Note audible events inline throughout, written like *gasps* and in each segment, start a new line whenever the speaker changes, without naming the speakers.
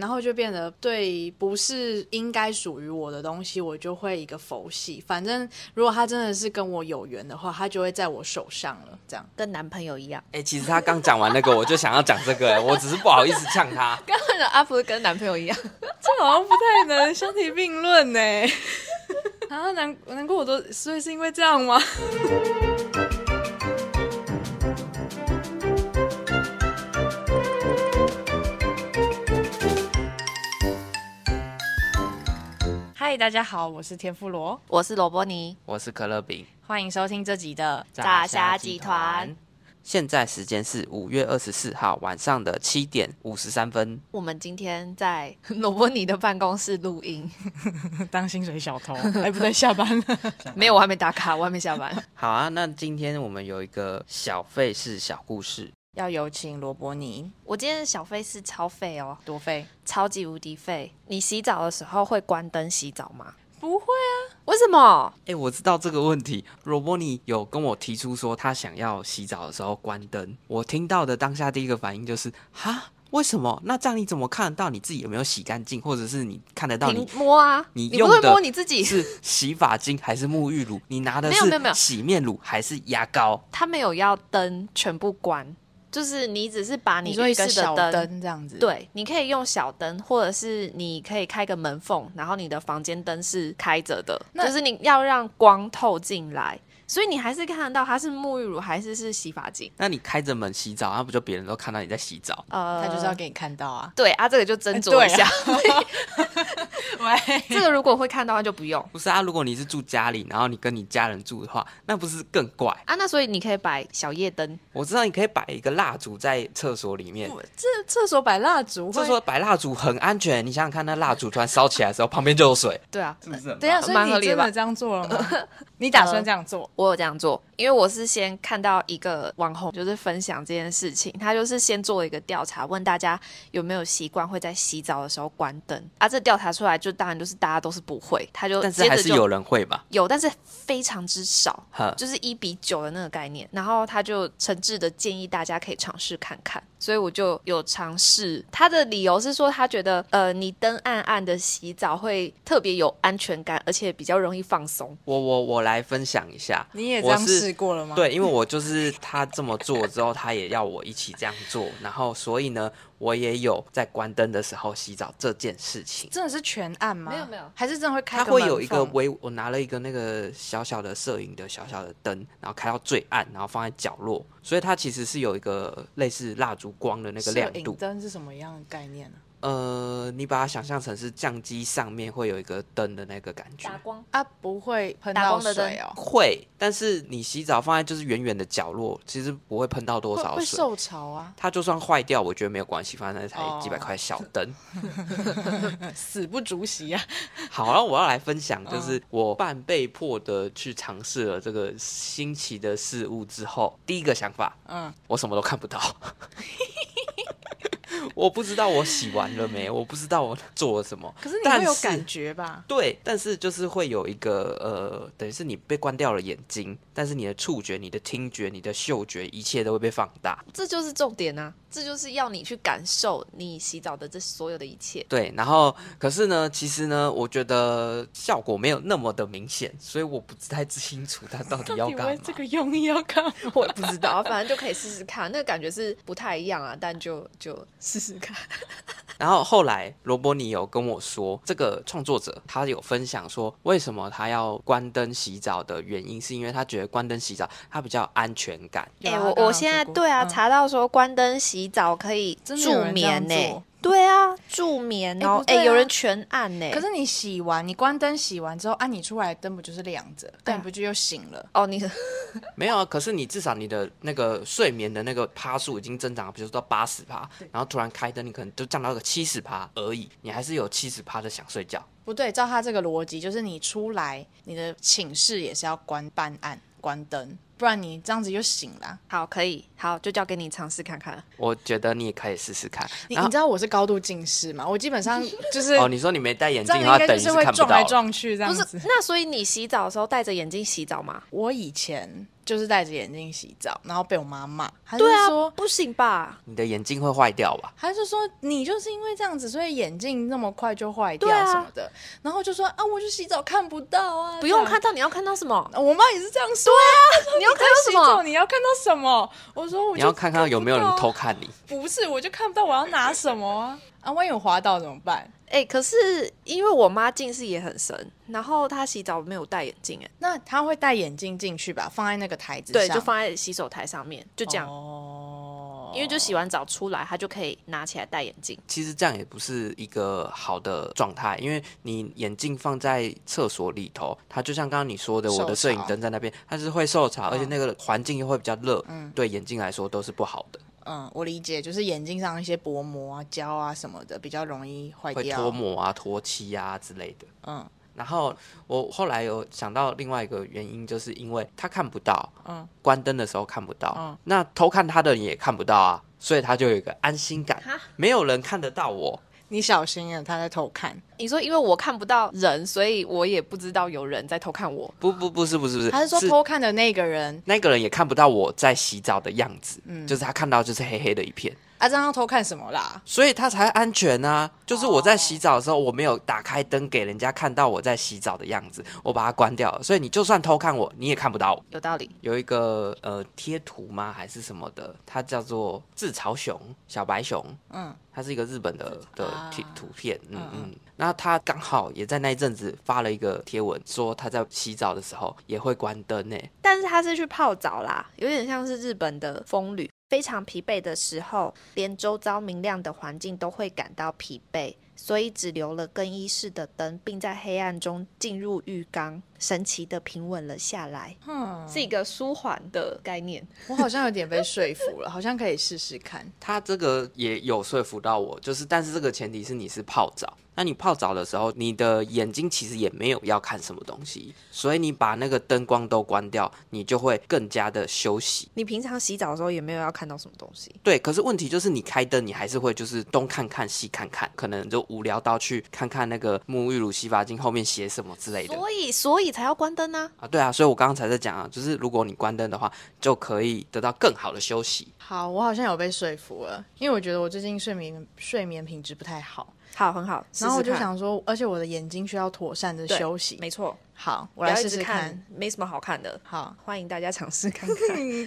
然后就变得对不是应该属于我的东西，我就会一个佛系。反正如果他真的是跟我有缘的话，他就会在我手上了。这样
跟男朋友一样。
哎、其实他刚讲完那个，我就想要讲这个、哎我只是不好意思呛他。
刚刚的阿福跟男朋友一样，
这好像不太能相提并论呢。 *laughs* 啊，难难过我都，所以是因为这样吗？
嗨，大家好，我是田富罗，
*laughs* 我是罗伯尼，
我是可乐饼
欢迎收听这集的。
炸虾集团。
现在时间是五月二十四号晚上的七点五十三分。
我们今天在 *laughs* 罗伯尼的办公室录音，
当薪水
*laughs*
小偷，哎、不对，下班了。
没有，我还没打卡，我还没下班。
好啊，那今天我们有一个小费事小故事。
要有请罗伯尼
我今天的小费是超费哦，
多费，
超级无敌费。你洗澡的时候会关灯洗澡吗？
不会啊，
为什么？
哎、我知道这个问题，罗伯尼有跟我提出说他想要洗澡的时候关灯。我听到的当下第一个反应就是哈。为什么？那这样你怎么看得到你自己有没有洗干净，或者是你看得到你
你摸啊，
你
不
用
会
的
摸你自己？
是洗发精还是沐浴乳？你拿的
没有没有没
是
有
洗面乳还是牙膏？
他没有要灯全部关，就是你只是把你
你说
浴
一个
室
小
的灯
灯这样子，，
对，你可以用小灯，或者是你可以开个门缝，然后你的房间灯是开着的，
那
就是你要让光透进来，所以你还是看得到它是沐浴乳还是是洗发精。
那你开着门洗澡，那啊不就别人都看到你在洗澡？
呃，
他就是要给你看到啊。
对啊，这个就斟酌
对
一下。
喂，
啊 *laughs* 这个如果会看到，那就不用
不是啊，如果你是住家里，然后你跟你家人住的话，那不是更怪？
啊。那所以你可以摆小夜灯，
我知道你可以摆一个蜡烛在厕所里面，
我这厕所摆蜡烛
厕
会，
所摆蜡烛很安全。你想想看，那蜡烛突然烧起来的时候，旁边就有水，
对啊，
是不是？
等一下，所
蛮
以
合
你
理
真
的吧呃
的这样做了吗？你打算这样做？
我有这样做，因为我是先看到一个网红就是分享这件事情，他就是先做一个调查，问大家有没有习惯会在洗澡的时候关灯啊。这调查出来就当然就是大家都是不会，他就
但是
接
还
着
是
就
有人会吧？
有，但是非常之少，
哈，
就是一比九的那个概念。然后他就诚挚的建议大家可以尝试看看，所以我就有尝试。他的理由是说，他觉得呃，你灯暗暗的洗澡会特别有安全感，而且比较容易放松。
我我我来分享一下，
你也这样
我是
试过了吗？，
对，因为我就是他这么做之后，他也要我一起这样做，然后所以呢，我也有在关灯的时候洗澡这件事情。
真的是全暗吗？
没有没有
还是真的会开
它
个
会
门
有一个
缝
微，我拿了一个那个小小的摄影的小小的灯，然后开到最暗，然后放在角落，所以它其实是有一个类似蜡烛光的那个亮
摄影
度。
灯是什么样的概念啊呢、
呃，你把它想象成是相机上面会有一个灯的那个感觉。
光
啊？不会喷
打
到
光的
水哦，
会，但是你洗澡放在就是远远的角落，其实不会喷到多
会
少
会
水。
受潮啊，
它就算坏掉，我觉得没有关系，反正才
哦
几百块小灯。
死不足惜啊。
好，然后我要来分享，
嗯
就是我半被迫的去尝试了这个新奇的事物之后，第一个想法，
嗯，
我什么都看不到。 *laughs* 我不知道我洗完了没，我不知道我做了什么。
可是你
但
会有感觉吧？
对，但是就是会有一个呃，等于是你被关掉了眼睛，但是你的触觉、你的听觉、你的嗅觉，一切都会被放大。
这就是重点啊！这就是要你去感受你洗澡的这所有的一切。
对，然后可是呢，其实呢，我觉得效果没有那么的明显，所以我不太清楚它到底要干嘛。
用意要干嘛？
我也不知道，反正就可以试试看，那个感觉是不太一样啊，但就就试试看。
然后后来罗伯尼有跟我说，这个创作者他有分享说，为什么他要关灯洗澡的原因，是因为他觉得关灯洗澡他比较有安全感。
有
哎、
啊
我
刚刚
我现在
说过
对啊，
嗯
查到说关灯洗澡可以
真的有
助
人这样
眠呢、
做
对啊，助眠
哎
哦
不，
哎、
对啊
有人全按呢、
可是你洗完，你关灯洗完之后，啊，你出来的灯不就是亮着？但你不就又醒了？
哦，你 *laughs*
没有啊，可是你至少你的那个睡眠的那个趴数已经增长了，比如说到八十趴，然后突然开灯，你可能就降到个七十趴而已，你还是有七十趴的想睡觉。
不对，照他这个逻辑，就是你出来，你的寝室也是要关半暗、关灯，不然你这样子就醒了啊。
好可以，好就交给你尝试看看。
我觉得你也可以试试看。
你
啊
然
你
后
知道我是高度近视嘛？我基本上 *laughs* 就是
哦，你说你没戴眼
这
镜
样
的话，
应该
等
就
于
是
是
会
看不
撞
到
来
了。
撞去这样
不
子
是，。那所以你洗澡的时候戴着眼镜洗澡吗？
我以前就是戴着眼镜洗澡，然后被我妈骂，她就
对啊
说，，
不行吧？
你的眼镜会坏掉吧？
她就说你就是因为这样子，所以眼镜那么快就坏掉
对啊
什么的，然后就说啊，我就洗澡看不到啊，
不用
这样
看。到，你要看到什么？
我妈也是这样说啊，
*laughs* 你要
在
看到什
洗澡
么？
你要看到什么？我说我
你
就
要看看有没有
不
人
到啊
偷看你。
不是，我就看不到我要拿什么啊！啊，万一我滑倒怎么办？
哎、可是因为我妈近视也很深，然后她洗澡没有戴眼镜，哎，
那他会戴眼镜进去吧，放在那个台子上，
对，就放在洗手台上面，就这样。
哦，
因为就洗完澡出来，她就可以拿起来戴眼镜。
其实这样也不是一个好的状态，因为你眼镜放在厕所里头，它就像刚刚你说的，
受潮嗯
我的摄影灯在那边，它是会受潮，而且那个环境又会比较热，对眼睛来说都是不好的，
嗯，我理解，就是眼镜上一些薄膜啊、胶啊什么的，比较容易坏
会
掉。
脱模啊、脱漆啊之类的。
嗯，
然后我后来有想到另外一个原因，就是因为他看不到，
嗯
关灯的时候看不到，
嗯
那偷看他的人也看不到啊，所以他就有一个安心感
哈，
没有人看得到我，
你小心啊，他在偷看。
你说，因为我看不到人，所以我也不知道有人在偷看我。
不不不是不是不是，
他是说偷看的那个人
那个人也看不到我在洗澡的样子，
嗯
就是他看到就是黑黑的一片，
啊，这样要偷看什么啦？
所以他才安全啊。就是我在洗澡的时候，我没有打开灯给人家看到我在洗澡的样子，我把它关掉了，所以你就算偷看我，你也看不到我。
有道理，
有一个呃贴图吗还是什么的，它叫做自嘲熊小白熊，嗯，它是一个日本的的贴图片，嗯嗯。那他刚好也在那一阵子发了一个贴文，说他在洗澡的时候也会关灯欸呢、
但是她是去泡澡啦，有点像是日本的风旅。非常疲惫的时候，连周遭明亮的环境都会感到疲惫，所以只留了更衣室的灯，并在黑暗中进入浴缸，神奇的平稳了下来。
嗯，
是一个舒缓的概念。
我好像有点被说服了，好像可以试试看。
他这个也有说服到我，就是但是这个前提是你是泡澡。那你泡澡的时候，你的眼睛其实也没有要看什么东西，所以你把那个灯光都关掉，你就会更加的休息。
你平常洗澡的时候也没有要看到什么东西，
对，可是问题就是你开灯，你还是会就是东看看西看看，可能就无聊到去看看那个沐浴乳、洗发精后面写什么之类的。
所以所以才要关灯啊。
啊，对啊，所以我刚刚才在讲啊，就是如果你关灯的话，就可以得到更好的休息。
好，我好像有被说服了，因为我觉得我最近睡眠睡眠品质不太好，
好，很好。
然后我就
试试看，
想说，而且我的眼睛需要妥善的
对
休息。
没错，
好，我
我
来
要一
试
直
试看。
看，没什么好看的。
好，
欢迎大家尝试看看。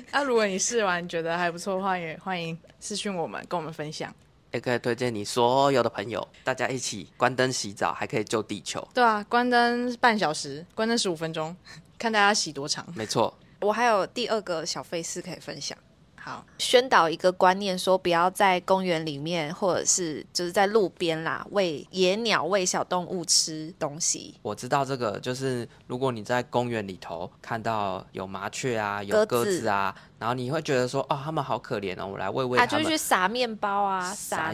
*laughs*
那、如果你试完觉得还不错的话，也欢迎私讯我们，跟我们分享。
也可以哎推荐你所有的朋友，大家一起关灯洗澡，还可以救地球。
对啊，关灯半小时，关灯十五分钟，看大家洗多长。
没错，
我还有第二个小费事可以分享。
好，
宣导一个观念，说不要在公园里面或者是就是在路边啦喂野鸟、喂小动物吃东西。
我知道这个，就是如果你在公园里头看到有麻雀啊，有鸽
鸽子
子啊，然后你会觉得说，哦，它们好可怜哦，我来喂喂
啊，
它
就是
们，
去撒面包啊，
撒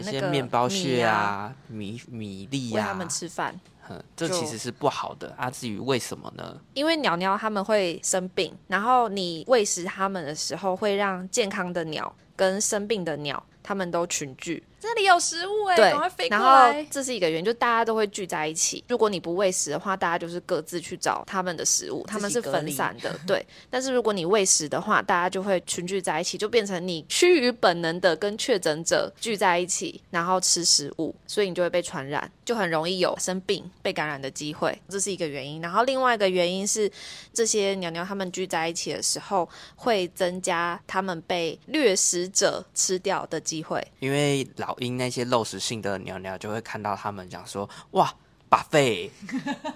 撒
一
那
些
个啊
面包屑
米啊，
啊、米米粒
喂
呀、
它们吃饭。
嗯，这
就
其实是不好的啊。至于为什么呢？
因为鸟鸟它们会生病，然后你喂食它们的时候，会让健康的鸟跟生病的鸟它们都群聚。
这里有食物哎、
对
赶快飞，过
然后
来。
这是一个原因，就大家都会聚在一起。如果你不喂食的话，大家就是各自去找他们的食物，他们是分散
*laughs*
的，对。但是如果你喂食的话，大家就会群聚在一起，就变成你趋于本能的跟确诊者聚在一起，然后吃食物，所以你就会被传染，就很容易有生病、被感染的机会，这是一个原因。然后另外一个原因是，这些鸟鸟它们聚在一起的时候，会增加它们被掠食者吃掉的机会。
因为老鹰那些肉食性的鸟鸟就会看到它们，讲说，哇，把费，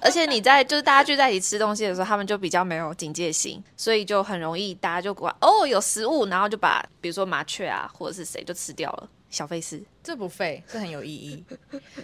而且你在就是大家聚在一起吃东西的时候，他们就比较没有警戒心，所以就很容易大家就管哦有食物，然后就把比如说麻雀啊或者是谁就吃掉了。小费事，
这不废，这很有意义。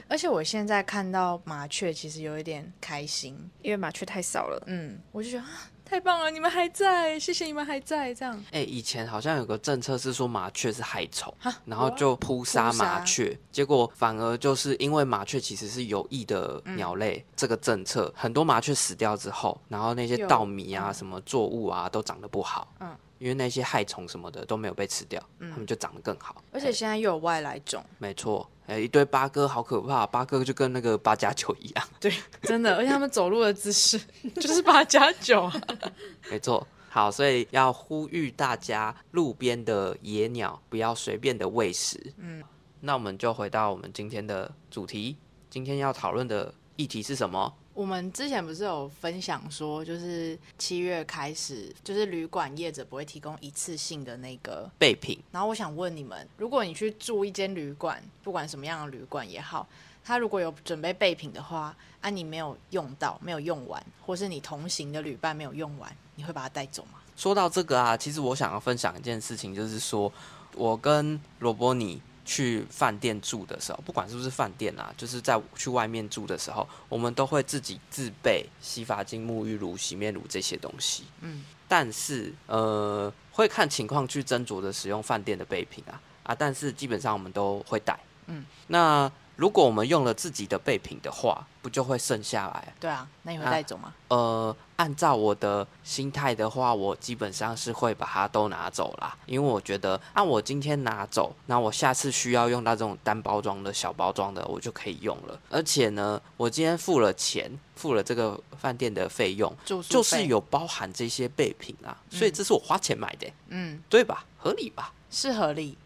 而且我现在看到麻雀，其实有一点开心。
因为麻雀太少了。
嗯，我就觉得啊，太棒了，你们还在，谢谢你们还在，这样。
哎、以前好像有个政策是说麻雀是害虫，然后就扑杀麻雀，结果反而就是因为麻雀其实是有益的鸟类，这个政策很多麻雀死掉之后，然后那些
有
稻米啊、什么作物啊都长得不好，
嗯
因为那些害虫什么的都没有被吃掉，它们就长得更好。
而且现在又有外来种，
没错，哎、一堆八哥好可怕，八哥就跟那个八加九一样，
*laughs* 对，真的，而且他们走路的姿势就是八加九啊。 *laughs*
没错。好，所以要呼吁大家，路边的野鸟不要随便的喂食。嗯，那我们就回到我们今天的主题，今天要讨论的议题是什么？
我们之前不是有分享说，就是七月开始，就是旅馆业者不会提供一次性的那个。
备品。
然后我想问你们，如果你去住一间旅馆，不管什么样的旅馆也好，他如果有准备备品的话，啊，你没有用到，没有用完，或是你同行的旅伴没有用完，你会把它带走吗？
说到这个啊，其实我想要分享一件事情，就是说我跟罗伯尼去饭店住的时候，不管是不是饭店啊，就是在去外面住的时候，我们都会自己自备洗发精、沐浴乳、洗面乳这些东西。
嗯，
但是呃，会看情况去斟酌的使用饭店的备品啊啊，但是基本上我们都会带。
嗯，
那如果我们用了自己的备品的话，不就会剩下来？
对啊，那你会
啊
带走吗？
呃，按照我的心态的话，我基本上是会把它都拿走啦，因为我觉得，按、我今天拿走，那我下次需要用到这种单包装的小包装的，我就可以用了。而且呢，我今天付了钱，付了这个饭店的费用，
住宿
就是
费
有包含这些备品啊，所以这是我花钱买的、
嗯，
对吧？合理吧？
是合理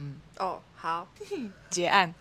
嗯，
哦，好，
结案。 *laughs*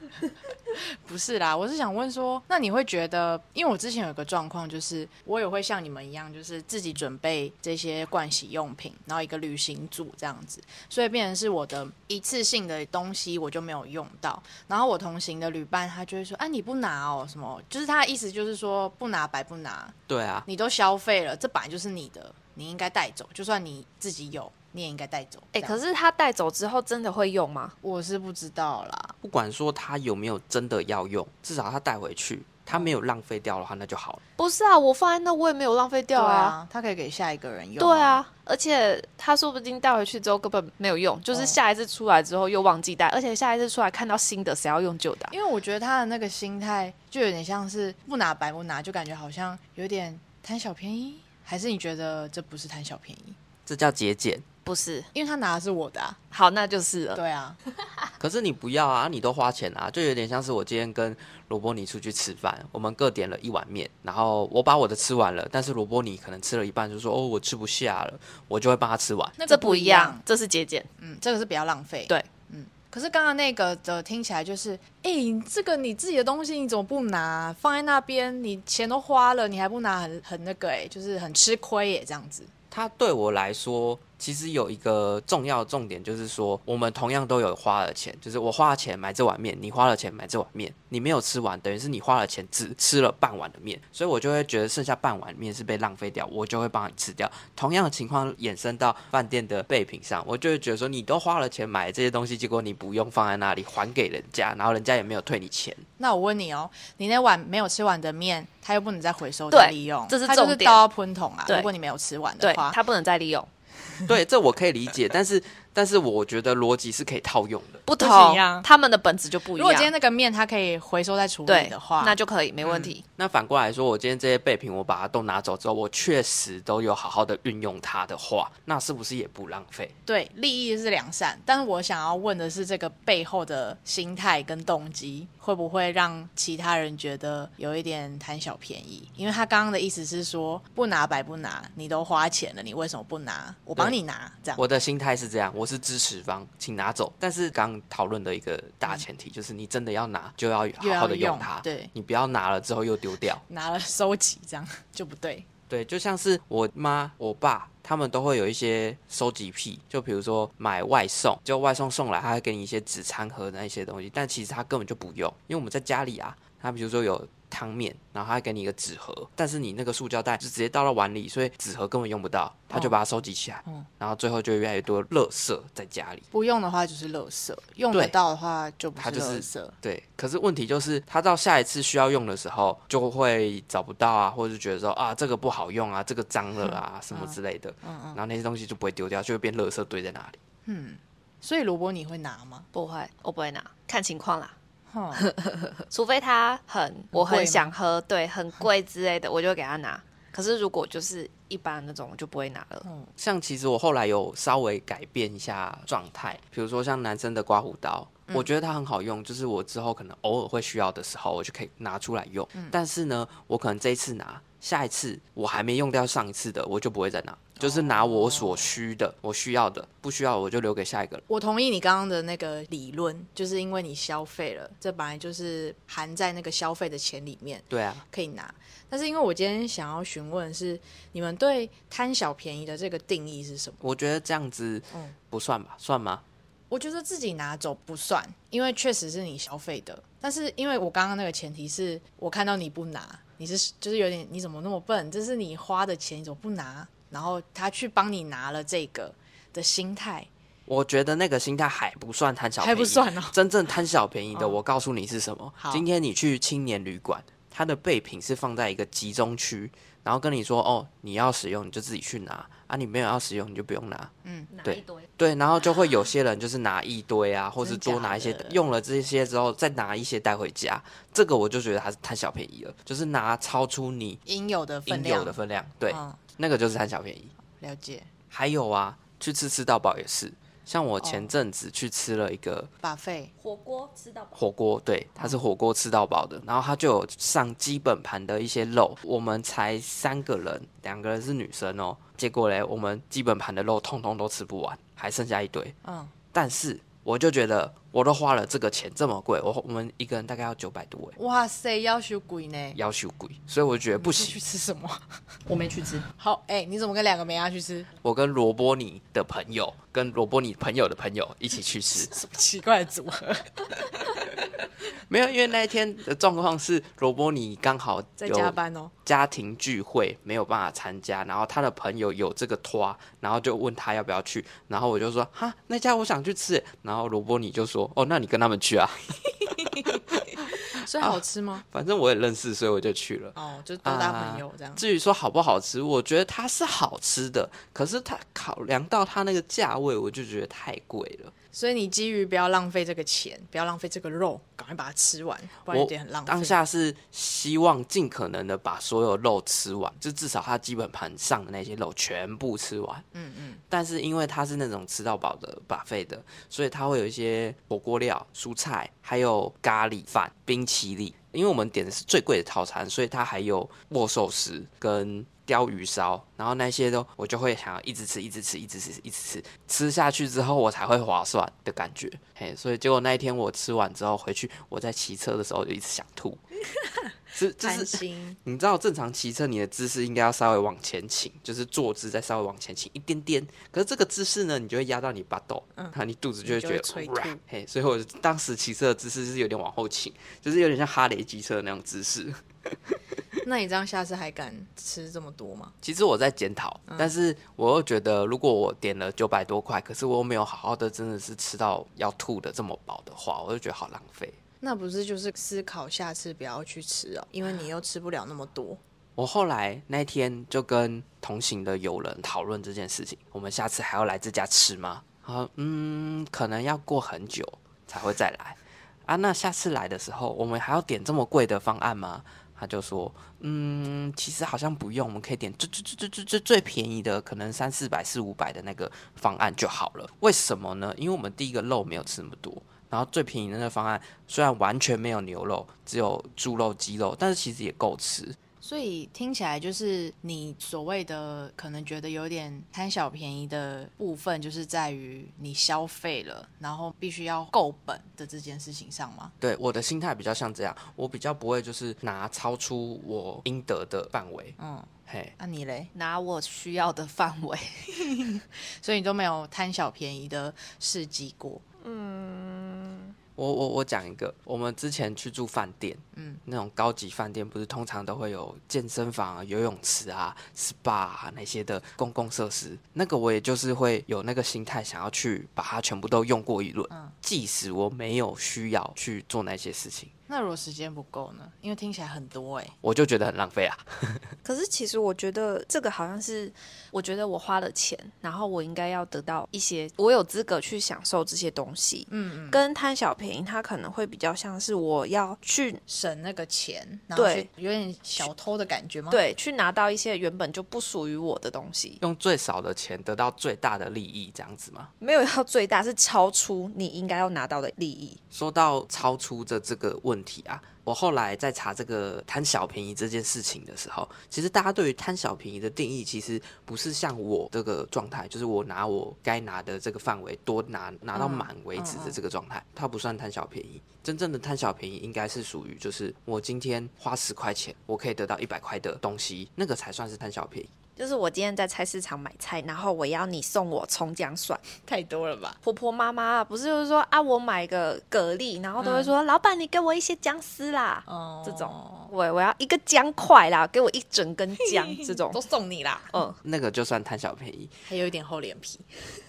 不是啦，我是想问说，那你会觉得，因为我之前有一个状况，就是我也会像你们一样，就是自己准备这些盥洗用品，然后一个旅行组这样子，所以变成是我的一次性的东西我就没有用到，然后我同行的旅伴他就会说，啊你不拿哦，什么，就是他的意思就是说不拿白不拿，
对啊，
你都消费了，这本来就是你的，你应该带走，就算你自己有，你也应该带走。
哎、可
是
是他带走之后真的会用吗？
我是不知道啦，
不管说他有没有真的要用，至少他带回去，他没有浪费掉的话，那就好了。
不是啊，我放在那我也没有浪费掉
对
啊。
啊，他可以给下一个人用、
对，啊，而且他说不定带回去之后根本没有用，就是
哦
下一次出来之后又忘记带，而且下一次出来看到新的，谁要用旧的啊、
因为我觉得他的那个心态就有点像是不拿白不拿，就感觉好像有点贪小便宜，还是你觉得这不是贪小便宜？
这叫节俭。
不是，
因为他拿的是我的、啊，
好，那就是了。
对 *laughs* 啊，
*laughs* 可是你不要啊，你都花钱啊，就有点像是我今天跟罗伯尼出去吃饭，我们各点了一碗面，然后我把我的吃完了，但是罗伯尼可能吃了一半就说哦我吃不下了，我就会帮他吃完。
那个
这不一样，，这是节俭。
嗯，这个是比较浪费，
对，
嗯。可是刚刚那个的听起来就是，哎、这个你自己的东西你怎么不拿？放在那边，你钱都花了，你还不拿很，很那个哎、就是很吃亏耶、这样子。
他对我来说，其实有一个重要的重点就是说，我们同样都有花了钱，就是我花了钱买这碗面，你花了钱买这碗面，你没有吃完，等于是你花了钱只吃了半碗的面，所以我就会觉得剩下半碗面是被浪费掉，我就会帮你吃掉。同样的情况衍生到饭店的备品上，我就会觉得说，你都花了钱买这些东西，结果你不用放在那里还给人家，然后人家也没有退你钱。
那我问你哦，你那碗没有吃完的面，它又不能再回收
对
再利用，
这是
它就
重
是
点
倒到喷桶啊。
对
如果你没有吃完的
对，
话，
它不能再利用，
对，这我可以理解，但是但是我觉得逻辑是可以套用的。
不同
不一样，
他们的本质就不一
如
样。
果今天那个面它可以回收再处理
对
的话，
那就可以，没问题。
那反过来说，我今天这些备品我把它都拿走之后，我确实都有好好的运用它的话，那是不是也不浪费？
对利益是良善。但是我想要问的是，这个背后的心态跟动机会不会让其他人觉得有一点贪小便宜？因为他刚刚的意思是说，不拿白不拿，你都花钱了，你为什么不拿？我帮
对
你拿，这样。
我的心态是这样，我是支持方，请拿走。但是刚讨论的一个大前提就是，你真的要拿，就要好好的
又要用
它，
对
你不要拿了之后又丢掉。
拿了收集，这样就不对。
对，就像是我妈、我爸，他们都会有一些收集癖，就比如说买外送，就外送送来，他会给你一些纸餐盒那一些东西，但其实他根本就不用，因为我们在家里啊，他比如说有汤面，然后他会给你一个纸盒，但是你那个塑胶袋就直接倒到碗里，所以纸盒根本用不到，他就把它收集起来，然后最后就越来越多垃圾在家里。
不用的话就是垃圾，用
对
得到的话就不
它
是
就
垃
是
圾。
对，可是问题就是，他到下一次需要用的时候，就会找不到啊，或者是觉得说啊，这个不好用啊，这个脏了啊，什么之类的。然后那些东西就不会丢掉，就会变垃圾堆在那里。
所以萝卜你会拿吗？
不会，我不会拿，看情况啦。
哼，
*laughs* 除非它很我
贵吗
很想喝，对，很贵之类的，我就会给他拿。可是如果就是一般那种，我就不会拿了。
像其实我后来有稍微改变一下状态，比如说像男生的刮胡刀，我觉得它很好用，就是我之后可能偶尔会需要的时候，我就可以拿出来用。但是呢，我可能这一次拿，下一次我还没用掉上一次的，我就不会再拿。就是拿我所需的，我需要的，不需要我就留给下一个人。
我同意你刚刚的那个理论，就是因为你消费了，这本来就是含在那个消费的钱里面
对啊，
可以拿。但是因为我今天想要询问的是，你们对贪小便宜的这个定义是什么？
我觉得这样子
嗯
不算吧，算吗？
我觉得自己拿走不算，因为确实是你消费的。但是因为我刚刚那个前提是我看到你不拿，你是就是有点你怎么那么笨？这是你花的钱，你怎么不拿？然后他去帮你拿了这个的心态，
我觉得那个心态还不算贪小便宜，
还不算哦。
*laughs* 真正贪小便宜的，我告诉你是什么。
好
今天你去青年旅馆，它的备品是放在一个集中区，然后跟你说，哦，你要使用你就自己去拿啊，你没有要使用你就不用拿。
拿
对
一堆。
对，然后就会有些人就是拿一
*laughs*
堆啊，或是多拿一些
假的，
用了这些之后再拿一些带回家，这个我就觉得它是贪小便宜了，就是拿超出你
应有的分
应
量，
有的分量，对，
嗯，
那个就是贪小便宜。
了解
还有啊，去吃吃到饱也是，像我前阵子去吃了一个
把费
火锅吃到饱，
火锅，对，它是火锅吃到饱的，然后它就有上基本盘的一些肉，我们才三个人，两个人是女生哦，结果嘞，我们基本盘的肉通通都吃不完，还剩下一堆，
嗯，
但是我就觉得我都花了这个钱这么贵，我我们一个人大概要九百多哎，
哇塞，要求鬼呢？
要求贵，所以我觉得不
是
行
去。吃什么？
我没去吃，
好，哎、你怎么跟两个梅亚去吃？
我跟罗伯尼的朋友，跟罗伯尼朋友的朋友一起去吃，
什么奇怪的组合？
没有，因为那一天的状况是罗伯尼刚好
在
有
加班哦。
家庭聚会没有办法参加，然后他的朋友有这个托，然后就问他要不要去，然后我就说哈，那家我想去吃，然后罗伯尼就说哦，那你跟他们去啊， *laughs*
所以好吃吗？
反正我也认识，所以我就去了。
哦，就是多当朋友这样。
至于说好不好吃，我觉得它是好吃的，可是它考量到它那个价位，我就觉得太贵了。
所以你基于不要浪费这个钱，不要浪费这个肉，赶快把它吃完，不然有
我
点很浪费。
当下是希望尽可能的把所有肉吃完，就至少它基本盘上的那些肉全部吃完。嗯嗯。但是因为它是那种吃到饱的 buffet 的，所以它会有一些火锅料、蔬菜，还有咖喱饭、冰淇淋。因为我们点的是最贵的套餐，所以它还有握寿司跟鲷鱼烧，然后那些都我就会想要一直吃，一直吃，一直吃，一直吃，吃下去之后我才会划算的感觉。嘿，所以结果那一天我吃完之后回去，我在骑车的时候就一直想吐，是就
贪
是
*laughs* 心，
你知道正常骑车你的姿势应该要稍微往前倾，就是坐姿再稍微往前倾一点点。可是这个姿势呢，你就会压到你巴豆，然后你肚子就会
嗯
觉
你
得
就会催
哇
吐
嘿，所以我当时骑车的姿势是有点往后倾，就是有点像哈雷机车的那种姿势。 *laughs*
那你这样下次还敢吃这么多吗？
其实我在检讨，
嗯
但是我又觉得，如果我点了九百多块，可是我又没有好好的，真的是吃到要吐的这么饱的话，我就觉得好浪费。
那不是就是思考下次不要去吃哦，因为你又吃不了那么多。
我后来那天就跟同行的友人讨论这件事情，我们下次还要来这家吃吗？啊，嗯，可能要过很久才会再来啊。那下次来的时候，我们还要点这么贵的方案吗？他就说，嗯，其实好像不用，我们可以点最最最最最最最便宜的，可能三四百、四五百的那个方案就好了。为什么呢？因为我们第一个肉没有吃那么多，然后最便宜的那个方案虽然完全没有牛肉，只有猪肉、鸡肉，但是其实也够吃。
所以听起来就是你所谓的可能觉得有点贪小便宜的部分，就是在于你消费了，然后必须要够本的这件事情上吗？
对，我的心态比较像这样，我比较不会就是拿超出我应得的范围。
嗯，
嘿，
那、你嘞？
拿我需要的范围。
所以你都没有贪小便宜的事迹过，
嗯
我我我讲一个，我们之前去住饭店，嗯，那种高级饭店不是通常都会有健身房啊、游泳池啊、SPA 啊那些的公共设施，那个我也就是会有那个心态，想要去把它全部都用过一轮，即使我没有需要去做那些事情，
那如果时间不够呢？因为听起来很多哎、
我就觉得很浪费啊。
可是其实我觉得这个好像是，我觉得我花了钱，然后我应该要得到一些，我有资格去享受这些东西。嗯嗯，跟贪小便宜，它可能会比较像是我要去
省那个钱，然后
对
去有点小偷的感觉吗？，
对去拿到一些原本就不属于我的东西，
用最少的钱得到最大的利益，这样子吗？
没有要最大，是超出你应该要拿到的利益。
说到超出的这个问问题啊。我后来在查这个贪小便宜这件事情的时候，其实大家对于贪小便宜的定义，其实不是像我这个状态，就是我拿我该拿的这个范围多拿拿到满为止的这个状态，它不算贪小便宜。真正的贪小便宜应该是属于就是我今天花十块钱，我可以得到一百块的东西，那个才算是贪小便宜。
就是我今天在菜市场买菜，然后我要你送我葱姜蒜，太多了吧？婆婆妈妈不是就是说啊，我买个蛤蜊，然后都会说、老板你给我一些姜丝啦，
哦
这种我我要一个姜块啦，给我一整根姜这种
都，送你啦，
嗯，
那个就算贪小便宜，
还有一点厚脸皮，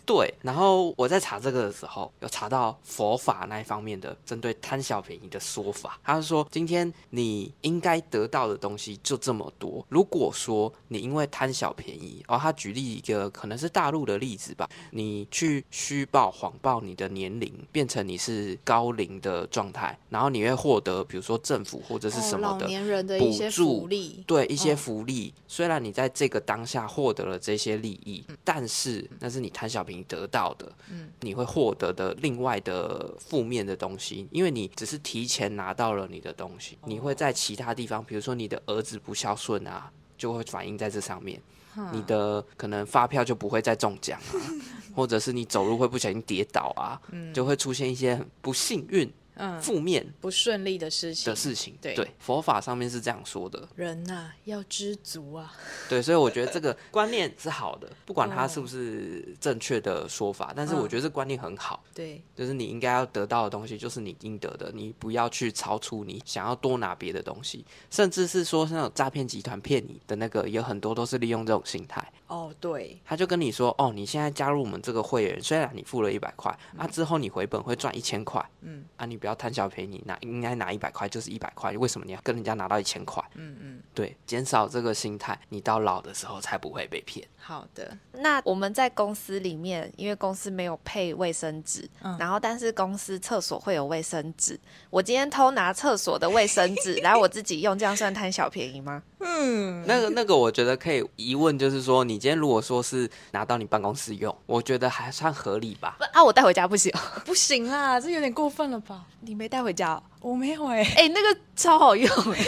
对，然后我在查这个的时候，有查到佛法那一方面的针对贪小便宜的说法。他是说，今天你应该得到的东西就这么多。如果说你因为贪小便宜，哦，他举例一个可能是大陆的例子吧，你去虚报、谎报你的年龄，变成你是高龄的状态，然后你会获得比如说政府或者是什么
哦老
的、
年人的
补
一些
助
福利，
对一些福利，虽然你在这个当下获得了这些利益，
嗯
但是那是你贪小便宜得到的，你会获得的另外的负面的东西，因为你只是提前拿到了你的东西，你
哦
会在其他地方，比如说你的儿子不孝顺啊，就会反映在这上面。你的可能发票就不会再中奖
*laughs*
啊，或者是你走路会不小心跌倒啊，就会出现一些很不幸运、
嗯，
负面
不顺利的事情
的，事情。
对
对，佛法上面是这样说的。
人呐、要知足啊。
对，所以我觉得这个观念是好的，不管它是不是正确的说法，但是我觉得这观念很好，
*laughs* 对，
就是你应该要得到的东西就是你应得的，你不要去超出你想要多拿别的东西，甚至是说那种诈骗集团骗你的那个，有很多都是利用这种心态。
哦，对，
他就跟你说，哦，你现在加入我们这个会员，虽然你付了一百块，啊，之后你回本会赚一千块，嗯，啊，你不要贪小便宜，你拿应该拿一百块就是一百块，为什么你要跟人家拿到一千块？嗯嗯，对，减少这个心态，你到老的时候才不会被骗。
好的，
那我们在公司里面，因为公司没有配卫生纸，然后但是公司厕所会有卫生纸。我今天偷拿厕所的卫生 *laughs* 纸，然后我自己用，这样算贪小便宜吗？
嗯
那个那个，我觉得可以疑问，就是说，你今天如果说是拿到你办公室用，我觉得还算合理吧。
不啊，我带回家不行， *laughs*
不行啦，这有点过分了吧？
你没带回家、哦？
我没有哎、
哎、那个超好 *laughs* 用、
哎、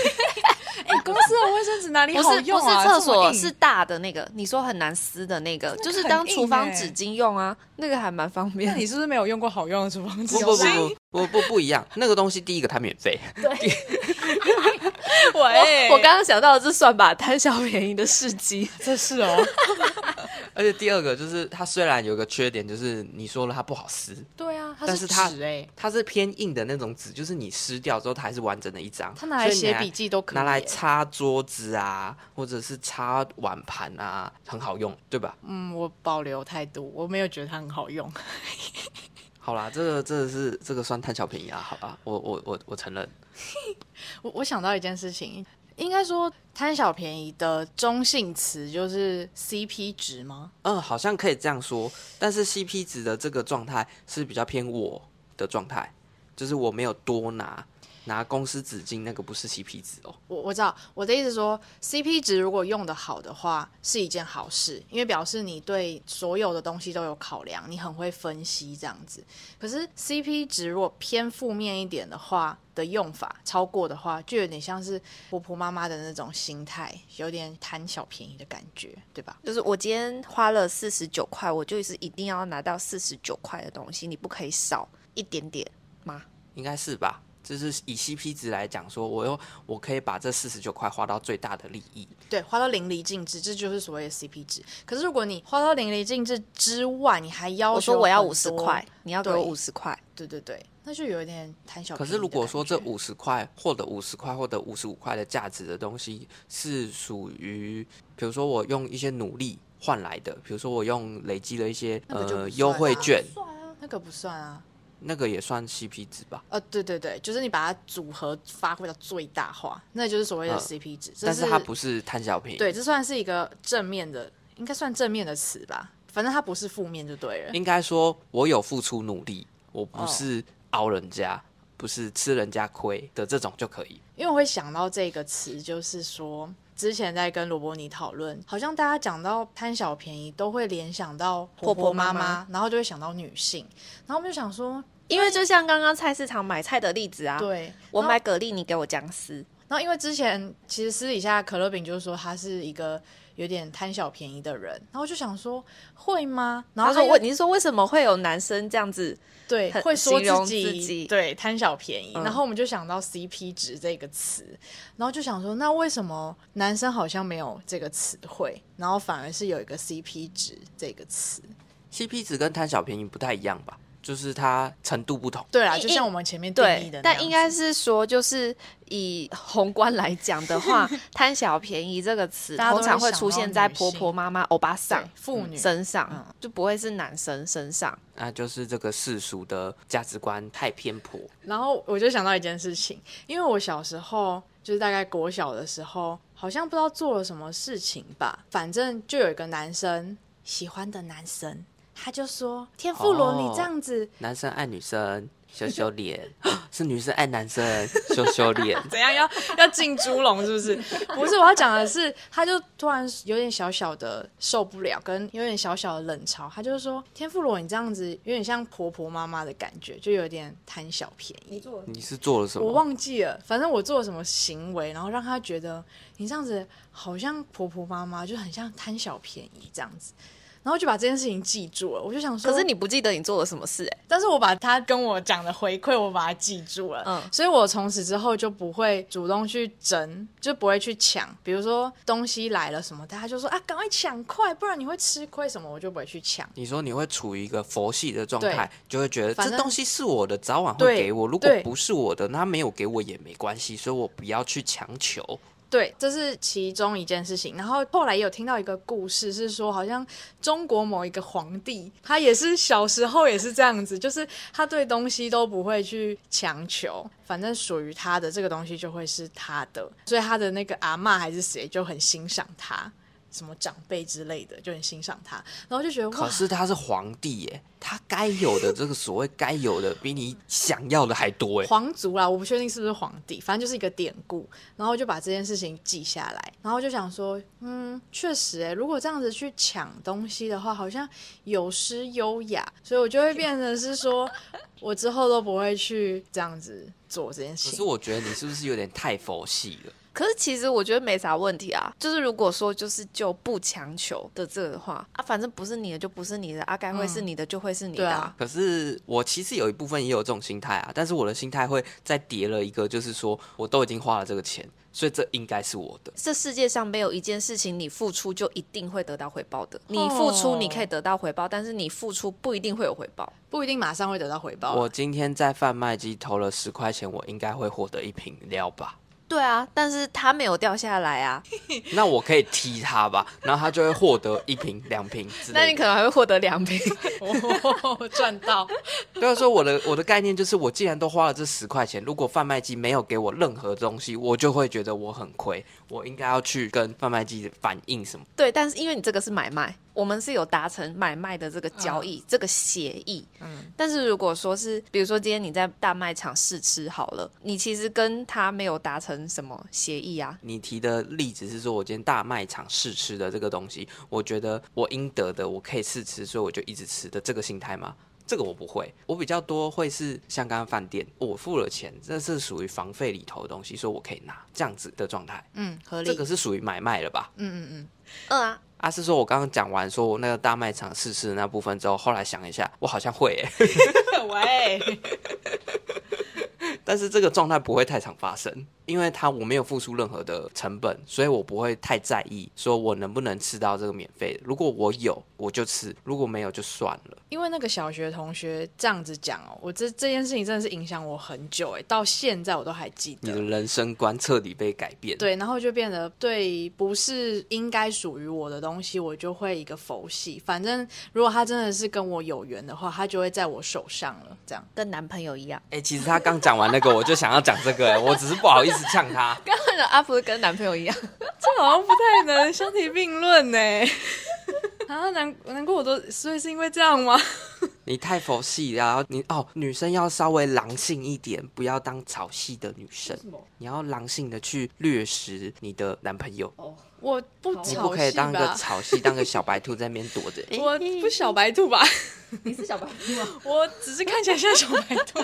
公司的卫生纸哪里
不
好
是不
用
是
啊？
厕
这么
所，
硬
是大的那个，你说很难撕的那个，就是当厨房纸巾用啊，那个还蛮方
那
便。
你是不是没有用过好用的厨房纸
不？不不不不不不一样，那个东西第一个它免费，
*laughs* 我刚刚想到的是算吧，贪小便宜的事迹。
这是哦，
而且第二个就是它虽然有个缺点，就是你说了它不好撕，
对啊，它
但
是
是它
纸哎、
它是偏硬的那种纸，就是你湿掉之后它还是完整的一张。
它拿来
所以你
写笔记都可以、
拿来
欸
擦桌子啊，或者是擦碗盘啊，很好用，对吧？
嗯，我保留态度，我没有觉得它很好用。 *laughs*
好啦，这个这个是这个算贪小便宜啊，好吧，我我我我承认。
我我想到一件事情，应该说贪小便宜的中性词就是 CP 值吗？
嗯，好像可以这样说，但是 CP 值的这个状态是比较偏我的状态，就是我没有多拿拿公司纸巾，那个不是 CP 值哦。
我我知道我的意思说，CP 值如果用的好的话，是一件好事，因为表示你对所有的东西都有考量，你很会分析这样子。可是 CP 值如果偏负面一点的话的用法超过的话，就有点像是婆婆妈妈的那种心态，有点贪小便宜的感觉，对吧？
就是我今天花了四十九块，我就是一定要拿到四十九块的东西，你不可以少一点点吗？
应该是吧？就是以 CP 值来讲，说我又我可以把这四十九块花到最大的利益。
对，花到淋漓尽致，这就是所谓的 CP 值。可是如果你花到淋漓尽致之外，你还哦要
我
求
说我要
很
五十
多
块，，你要给我
对
五十块，
对对对，那就有点贪小
可
便宜的感觉。
是如果说这五十块或者五十块或者五十五块的价值的东西是属于，比如说我用一些努力换来的，比如说我用累积了一些
那个就不
呃
算
优惠
啊
券，
那个不算啊，
那个也算 CP 值吧？
呃，对对对，就是你把它组合发挥到最大化，那就是所谓的
嗯
CP 值。这
但是它不是贪小便宜，
对，这算是一个正面的，应该算正面的词吧。反正它不是负面就对了。
应该说我有付出努力，我
哦
不是熬人家，不是吃人家亏的这种就可以。
因为我会想到这个词，就是说之前在跟罗伯尼讨论，好像大家讲到贪小便宜，都会联想到婆
婆婆
妈
妈妈
然后就会想到女性，然后我们就想说。
因为就像刚刚菜市场买菜的例子啊，
对，
我
然后
买蛤蜊，你给我姜丝，
然后因为之前其实私底下可乐饼就是说他是一个有点贪小便宜的人，然后我就想说会吗？然后
他说
又
为你是说为什么会有男生这样子？
对
很
会说
形容
己
自己
对贪小便宜，
嗯
然后我们就想到 CP 值这个词，然后就想说那为什么男生好像没有这个词汇，然后反而是有一个 CP 值这个词？
CP 值跟贪小便宜不太一样吧？就是它程度不同。
对啦，
应
就像我们前面定义
对
的，那样子，
但应该是说，就是以宏观来讲的话，
*laughs*
贪小便宜这个词
大家都
通
会
常会
想
出
到
现
女
在婆
性
婆、妈妈、欧巴桑
对妇女
身上，
嗯
就不会是男生身上。
那就是这个世俗的价值观太偏颇。
然后我就想到一件事情，因为我小时候就是大概国小的时候，好像不知道做了什么事情吧，反正就有一个男生喜欢的男生，他就说：“天妇罗，
哦
你这样子
男生爱女生，
*laughs*
羞羞脸； *gasps* 是女生爱男生， *laughs* 羞羞脸。
怎样要哎要进猪笼是不是？不是，我要讲的是，他就突然有点小小的受不了，跟有点小小的冷嘲，他就说：天妇罗，你这样子有点像婆婆妈妈的感觉，就有点贪小便宜。”
你做
你是做了什么？
哦
我忘记了，反正我做了什么行为，然后让他觉得你这样子好像婆婆妈妈，就很像贪小便宜这样子，然后就把这件事情记住了。我就想说，
可是，你不记得你做了什么事、欸？
但是我把他跟我讲的回馈，我把它记住了，
嗯
所以我从此之后就不会主动去争，就不会去抢。比如说东西来了什么，大家就说啊，赶快抢快，不然你会吃亏什么，我就不会去抢。
你说你会处于一个佛系的状态，就会觉得
反
这
正
东西是我的，早晚会
对
给我。如果
对
不是我的，那没有给我也没关系，所以我不要去强求。
对，这是其中一件事情。然后后来也有听到一个故事，是说好像中国某一个皇帝，他也是小时候也是这样子，就是他对东西都不会去强求，反正属于他的这个东西就会是他的，所以他的那个阿嬷还是谁就很欣赏他。什么长辈之类的就很欣赏他，然后就觉得哇
可，是他是皇帝耶，他该有的这个所谓该有的，比你想要的还多哎。
皇族啦，我不确定是不是皇帝，反正就是一个典故。然后就把这件事情记下来，然后就想说，嗯，确实、欸，如果这样子去抢东西的话，好像有失优雅，所以我就会变成是说，我之后都不会去这样子做这件事
可是
情。
我觉得你是不是有点太佛系了？
可是其实我觉得没啥问题啊，就是如果说就是就不强求的这个话啊，反正不是你的就不是你的啊，该会是你的就会是你
对
的、
啊
可是我其实有一部分也有这种心态啊，但是我的心态会再叠了一个，就是说我都已经花了这个钱，所以这应该是我的。
这世界上没有一件事情你付出就一定会得到回报的，你付出你可以得到回报，但是你付出不一定会有回报。
不一定马上会得到回报啊。
我今天在贩卖机投了十块钱，我应该会获得一瓶料吧？
对啊，但是它没有掉下来啊，
那我可以踢他吧， *laughs* 然后他就会获得一瓶、两瓶之
那你
类
可
的。
能还会获得两瓶。
我 *laughs* 赚到，
对啊，所以我的我的概念就是，我既然都花了这十块钱，如果贩卖机没有给我任何东西，我就会觉得我很亏，我应该要去跟贩卖机反映什么。
对，但是因为你这个是买卖，我们是有达成买卖的这个交易、这个协议。嗯，但是如果说是，比如说今天你在大卖场试吃好了，你其实跟他没有达成什么协议啊。
你提的例子是说，我今天大卖场试吃的这个东西，我觉得我应得的，我可以试吃，所以我就一直吃的这个心态吗？这个我不会，我比较多会是像刚刚饭店，我付了钱，这是属于房费里头的东西，所以我可以拿这样子的状态，
嗯，合理。
这个是属于买卖了吧？
嗯嗯嗯，
嗯啊，
啊，是说我刚刚讲完说我那个大卖场试吃的那部分之后，后来想一下，我好像会、欸，
*laughs* 喂，
*laughs* 但是这个状态不会太常发生，因为它我没有付出任何的成本，所以我不会太在意说我能不能吃到这个免费的。如果我有，我就吃；如果没有，就算了。
因为那个小学同学这样子讲哦，我这这件事情真的是影响我很久哎、到现在我都还记得。
你的人生观彻底被改变。，
对，然后就变得对不是应该属于我的东西，我就会一个佛系。反正如果他真的是跟我有缘的话，他就会在我手上了。这样，
跟男朋友一样，
哎、其实他刚讲完那个，我就想要讲这个、欸，我只是不好意思呛他。
刚刚的阿福跟男朋友一样，
这好像不太能 *laughs* 相提并论呢、啊，难难怪我都，所以是因为这样吗？
你太佛系，然后你哦，女生要稍微狼性一点，不要当草系的女生，你要狼性的去掠食你的男朋友，
哦
我不
哦你
吵
不可以
戏
当个
吧？
草系，当个小白兔在那边躲
*laughs*
着。诶
我不哎小白兔 *laughs* 吧？
你是小白兔
*laughs*
吗？
我只是看起来像小白 *laughs* 兔。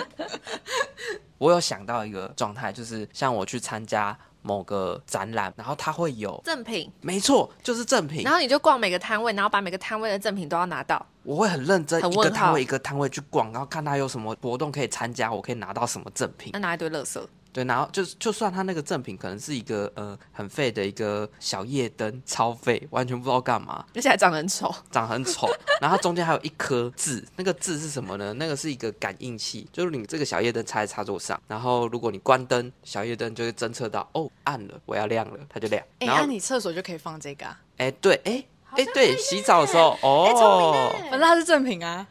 我有想到一个状态，就是像我去参加某个展览，然后它会有，
赠品，
没错，就是赠品
然，后你就逛每个摊位，然后把每个摊位的赠品都要拿到。
我会很认真
很
一
问
个摊
号
位一个摊位去逛，然后看它有什么活动可以参加，我可以拿到什么赠品
那。拿一堆垃圾，
对，然后就是就算他那个赠品可能是一个呃很废的一个小夜灯，超废，完全不知道干嘛，
而且还长得很丑。
长很丑，然后它中间还有一颗痣，那个痣是什么呢？那个是一个感应器，就是你这个小夜灯插在插座上，然后如果你关灯，小夜灯就会侦测到哦暗了，我要亮了，它就亮。
哎，
然
那
后
你厕所就可以放这个啊？
哎、对哎。哎、对，洗澡的时候
哎
哦，
反正它是正品啊。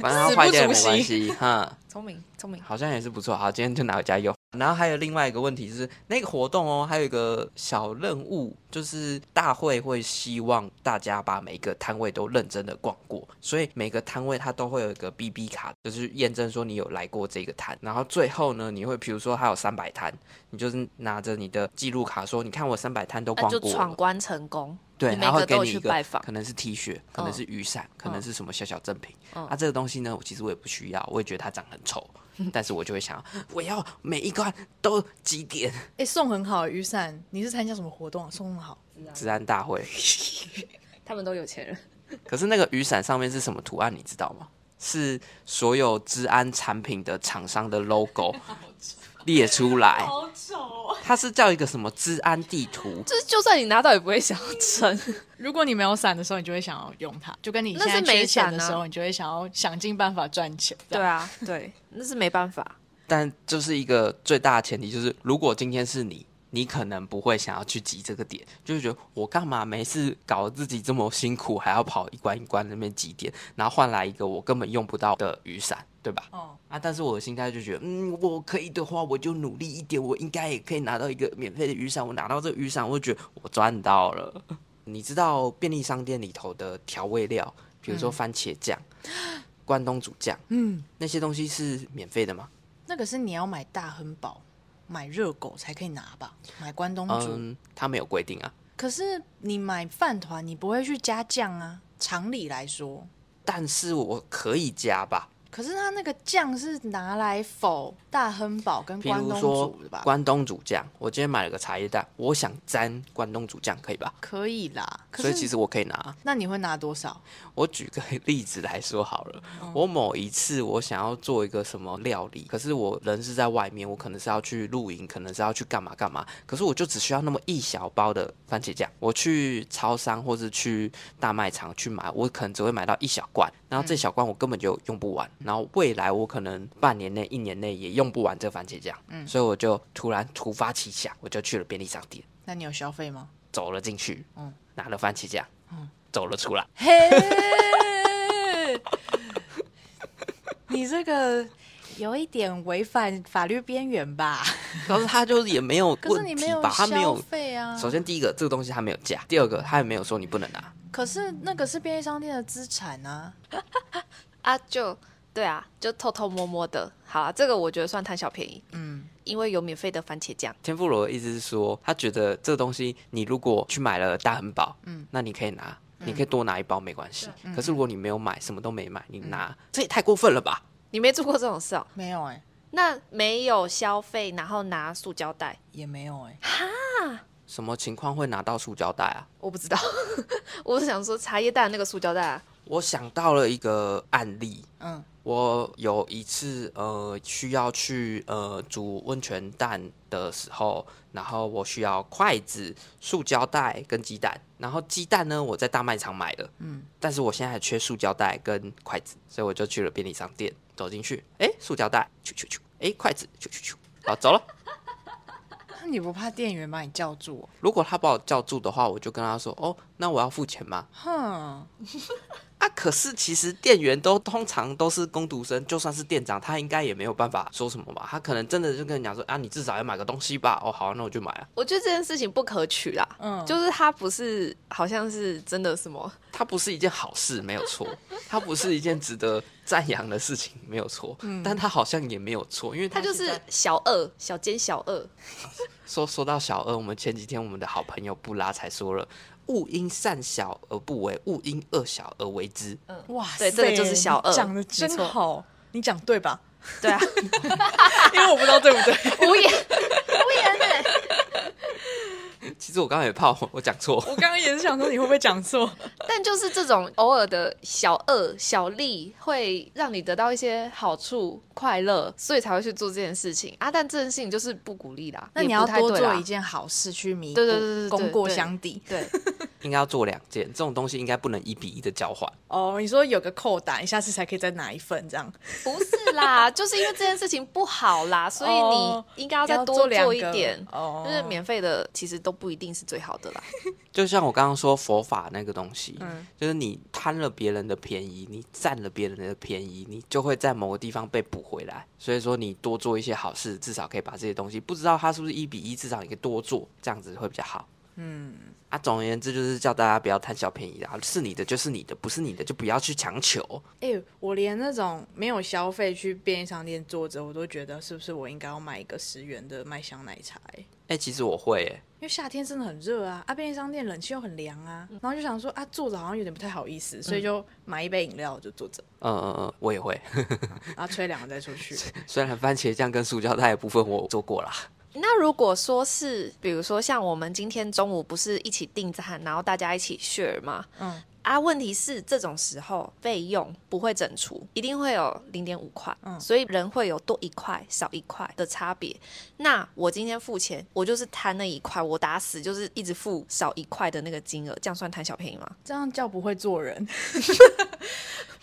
反正它
死
坏
不
掉也
足
没关
惜
系，哈。
聪明，聪明。
好像也是不错。好，今天就拿回家用。然后还有另外一个问题就是，那个活动哦，还有一个小任务，就是大会会希望大家把每个摊位都认真的逛过，所以每个摊位它都会有一个 B B 卡，就是验证说你有来过这个摊。然后最后呢，你会比如说它有三百摊，你就是拿着你的记录卡说，你看我三百摊都
那
逛
就
过
闯
了。
关成功。
对，
你每
然后
个
给
都有
你一
去
个
拜访。
可能是 T 恤，可能是雨伞，可能是什么小小赠品。
嗯
啊，这个东西呢，我其实我也不需要，我也觉得它长得很
*laughs*
丑，但是我就会想，我要每一罐都几点？
哎，送很好，雨伞，你是参加什么活动啊？送很好，
治安大会。
他们都有 *laughs* 钱人，
可是那个雨伞上面是什么图案，你知道吗？是所有治安产品的厂商的
*laughs*
logo 列出来，好
哦
丑、它是叫一个什么治安地图？
就是就算你拿到也不会想要撑。
如果你没有伞的时候，你就会想要用它，就跟你
那
现
是
在缺钱
没
的
伞啊
时候，你就会想要想尽办法赚钱。这
对
样，
啊， *laughs* 对，那是没办法。
但就是一个最大的前提，就是如果今天是你，你可能不会想要去挤这个点，就是觉得我干嘛没事搞自己这么辛苦，还要跑一关一关那边挤点，然后换来一个我根本用不到的雨伞，对吧？
哦，
啊，但是我的心态就觉得，嗯，我可以的话，我就努力一点，我应该也可以拿到一个免费的雨伞。我拿到这个雨伞，我就觉得我赚到了。你知道便利商店里头的调味料，比如说番茄酱、关东煮酱，
嗯，
那些东西是免费的吗？
那个是你要买大亨堡、买热狗才可以拿吧？买关东煮，
嗯，他没有规定啊。
可是你买饭团，你不会去加酱啊？常理来说，
但是我可以加吧，
可是它那个酱是拿来否大亨堡跟
比
嗯关
如
东
说
煮的吧？
关东煮酱，我今天买了个茶叶蛋，我想沾关东煮酱，可以吧？
可以啦，可
所以
是
其实我可以拿。啊
那你会拿多少？
我举个 *laughs* 例子来说好了，我某一次我想要做一个什么料理，可是我人是在外面，我可能是要去露营，可能是要去干嘛干嘛，可是我就只需要那么一小包的番茄酱。我去超商或是去大卖场去买，我可能只会买到一小罐，然后这小罐我根本就用不完，然后未来我可能半年内、一年内也用不完这番茄酱，所以我就突然突发奇想，我就去了便利商店，
那你有消费吗？
走了进去，拿了番茄酱，走了出来。
嘿， *laughs* 你这个有一点违反法律边缘吧？
可是他就是也没有
可是
问
你
题
没有
吧？他没
消
有。
费啊。
首先第一个，这个东西他没有价；第二个，他也没有说你不能拿。
可是那个是便利商店的资产啊。
啊，就对啊，就偷偷摸摸的。好啊，这个我觉得算贪小便宜，
嗯，
因为有免费的番茄酱。
天妇罗的意思是说，他觉得这个东西你如果去买了大汉堡，嗯，那你可以拿，你可以多拿一包没关系。
嗯
可是如果你没有买，什么都没买，你拿，这也太过分了吧？
你没做过这种事哦？
没有哎、
那没有消费，然后拿塑胶袋，
也没有
欸
哎、
什么情况会拿到塑胶袋啊？
我不知道。 *laughs* 我是想说茶叶蛋那个塑胶袋、啊，
我想到了一个案例，
嗯，
我有一次呃需要去呃煮温泉蛋的时候，然后我需要筷子、塑胶袋跟鸡蛋。然后鸡蛋呢，我在大卖场买的，嗯，但是我现在还缺塑胶袋跟筷子，所以我就去了便利商店，走进去，哎，塑胶袋，咻咻咻，哎，筷子，咻咻咻，好，走了。
那你不怕店员把你叫住、哦？
如果他把我叫住的话，我就跟他说，哦，那我要付钱吗？
哼，
啊，可是其实店员都通常都是工读生，就算是店长，他应该也没有办法说什么吧？他可能真的就跟你讲说啊，你至少要买个东西吧。哦，好啊、那我就买啊。
我觉得这件事情不可取啦，
嗯
就是它不是好像是真的什么，
它不是一件好事，没有错，它不是一件值得赞扬的事情，没有错。但它好像也没有错，因为
嗯它
它
就是小恶，小奸小恶。 *laughs*
说说到小恶，我们前几天我们的好朋友布拉才说了，勿因善小而不为，勿因恶小而为之。
哇
对
塞，
这个就是小二
你讲的
没
真
错
好，你讲对吧？
对
*laughs*
啊，
因为我不知道对不对，
无言无言呢、
其实我刚刚也怕我我讲错，
我刚刚也是想说你会不会讲错，
但就是这种偶尔的小恶小利，会让你得到一些好处、快乐，所以才会去做这件事情啊。但这件事情就是不鼓励啦，
那你
也
要
不太
多
对
做
啦
一件好事去弥补
对对对对对，
功过
对
相抵。
*laughs* 对，
应该要做两件，这种东西应该不能一比一的交换。
哦，你说有个扣打，你下次才可以再拿一份这样。
不是
*laughs*
啦，就是因为这件事情不好啦，所以
哦
你应该要再
要
多
做两
做一
个
点。
哦
就是免费的，其实都不一定是最好的啦。
就像我刚刚说佛法那个东西，就是你贪了别人的便宜，你占了别人的便宜，你就会在某个地方被补回来。所以说，你多做一些好事，至少可以把这些东西，不知道它是不是一比一，至少你可以多做，这样子会比较好。嗯，啊，总而言之就是叫大家不要贪小便宜啦，是你的就是你的，不是你的就不要去强求。
哎、我连那种没有消费去便利商店坐着，我都觉得是不是我应该要买一个十元的麦香奶茶、欸？
哎、其实我会、欸，
因为夏天真的很热啊，啊，便利商店冷气又很凉啊，
嗯
然后就想说啊，坐着好像有点不太好意思，所以就买一杯饮料就坐着，
嗯嗯嗯，我也会。 *laughs*
然后吹凉了再出
*laughs*
去。
虽然番茄酱跟塑胶袋的部分我做过啦。
哦
那如果说是，比如说像我们今天中午不是一起订餐，然后大家一起 share 吗？嗯。啊，问题是这种时候费用不会整除，一定会有零点五块，所以人会有多一块少一块的差别。那我今天付钱，我就是贪那一块，我打死就是一直付少一块的那个金额，这样算贪小便宜吗？
这样叫不会做人。 *laughs*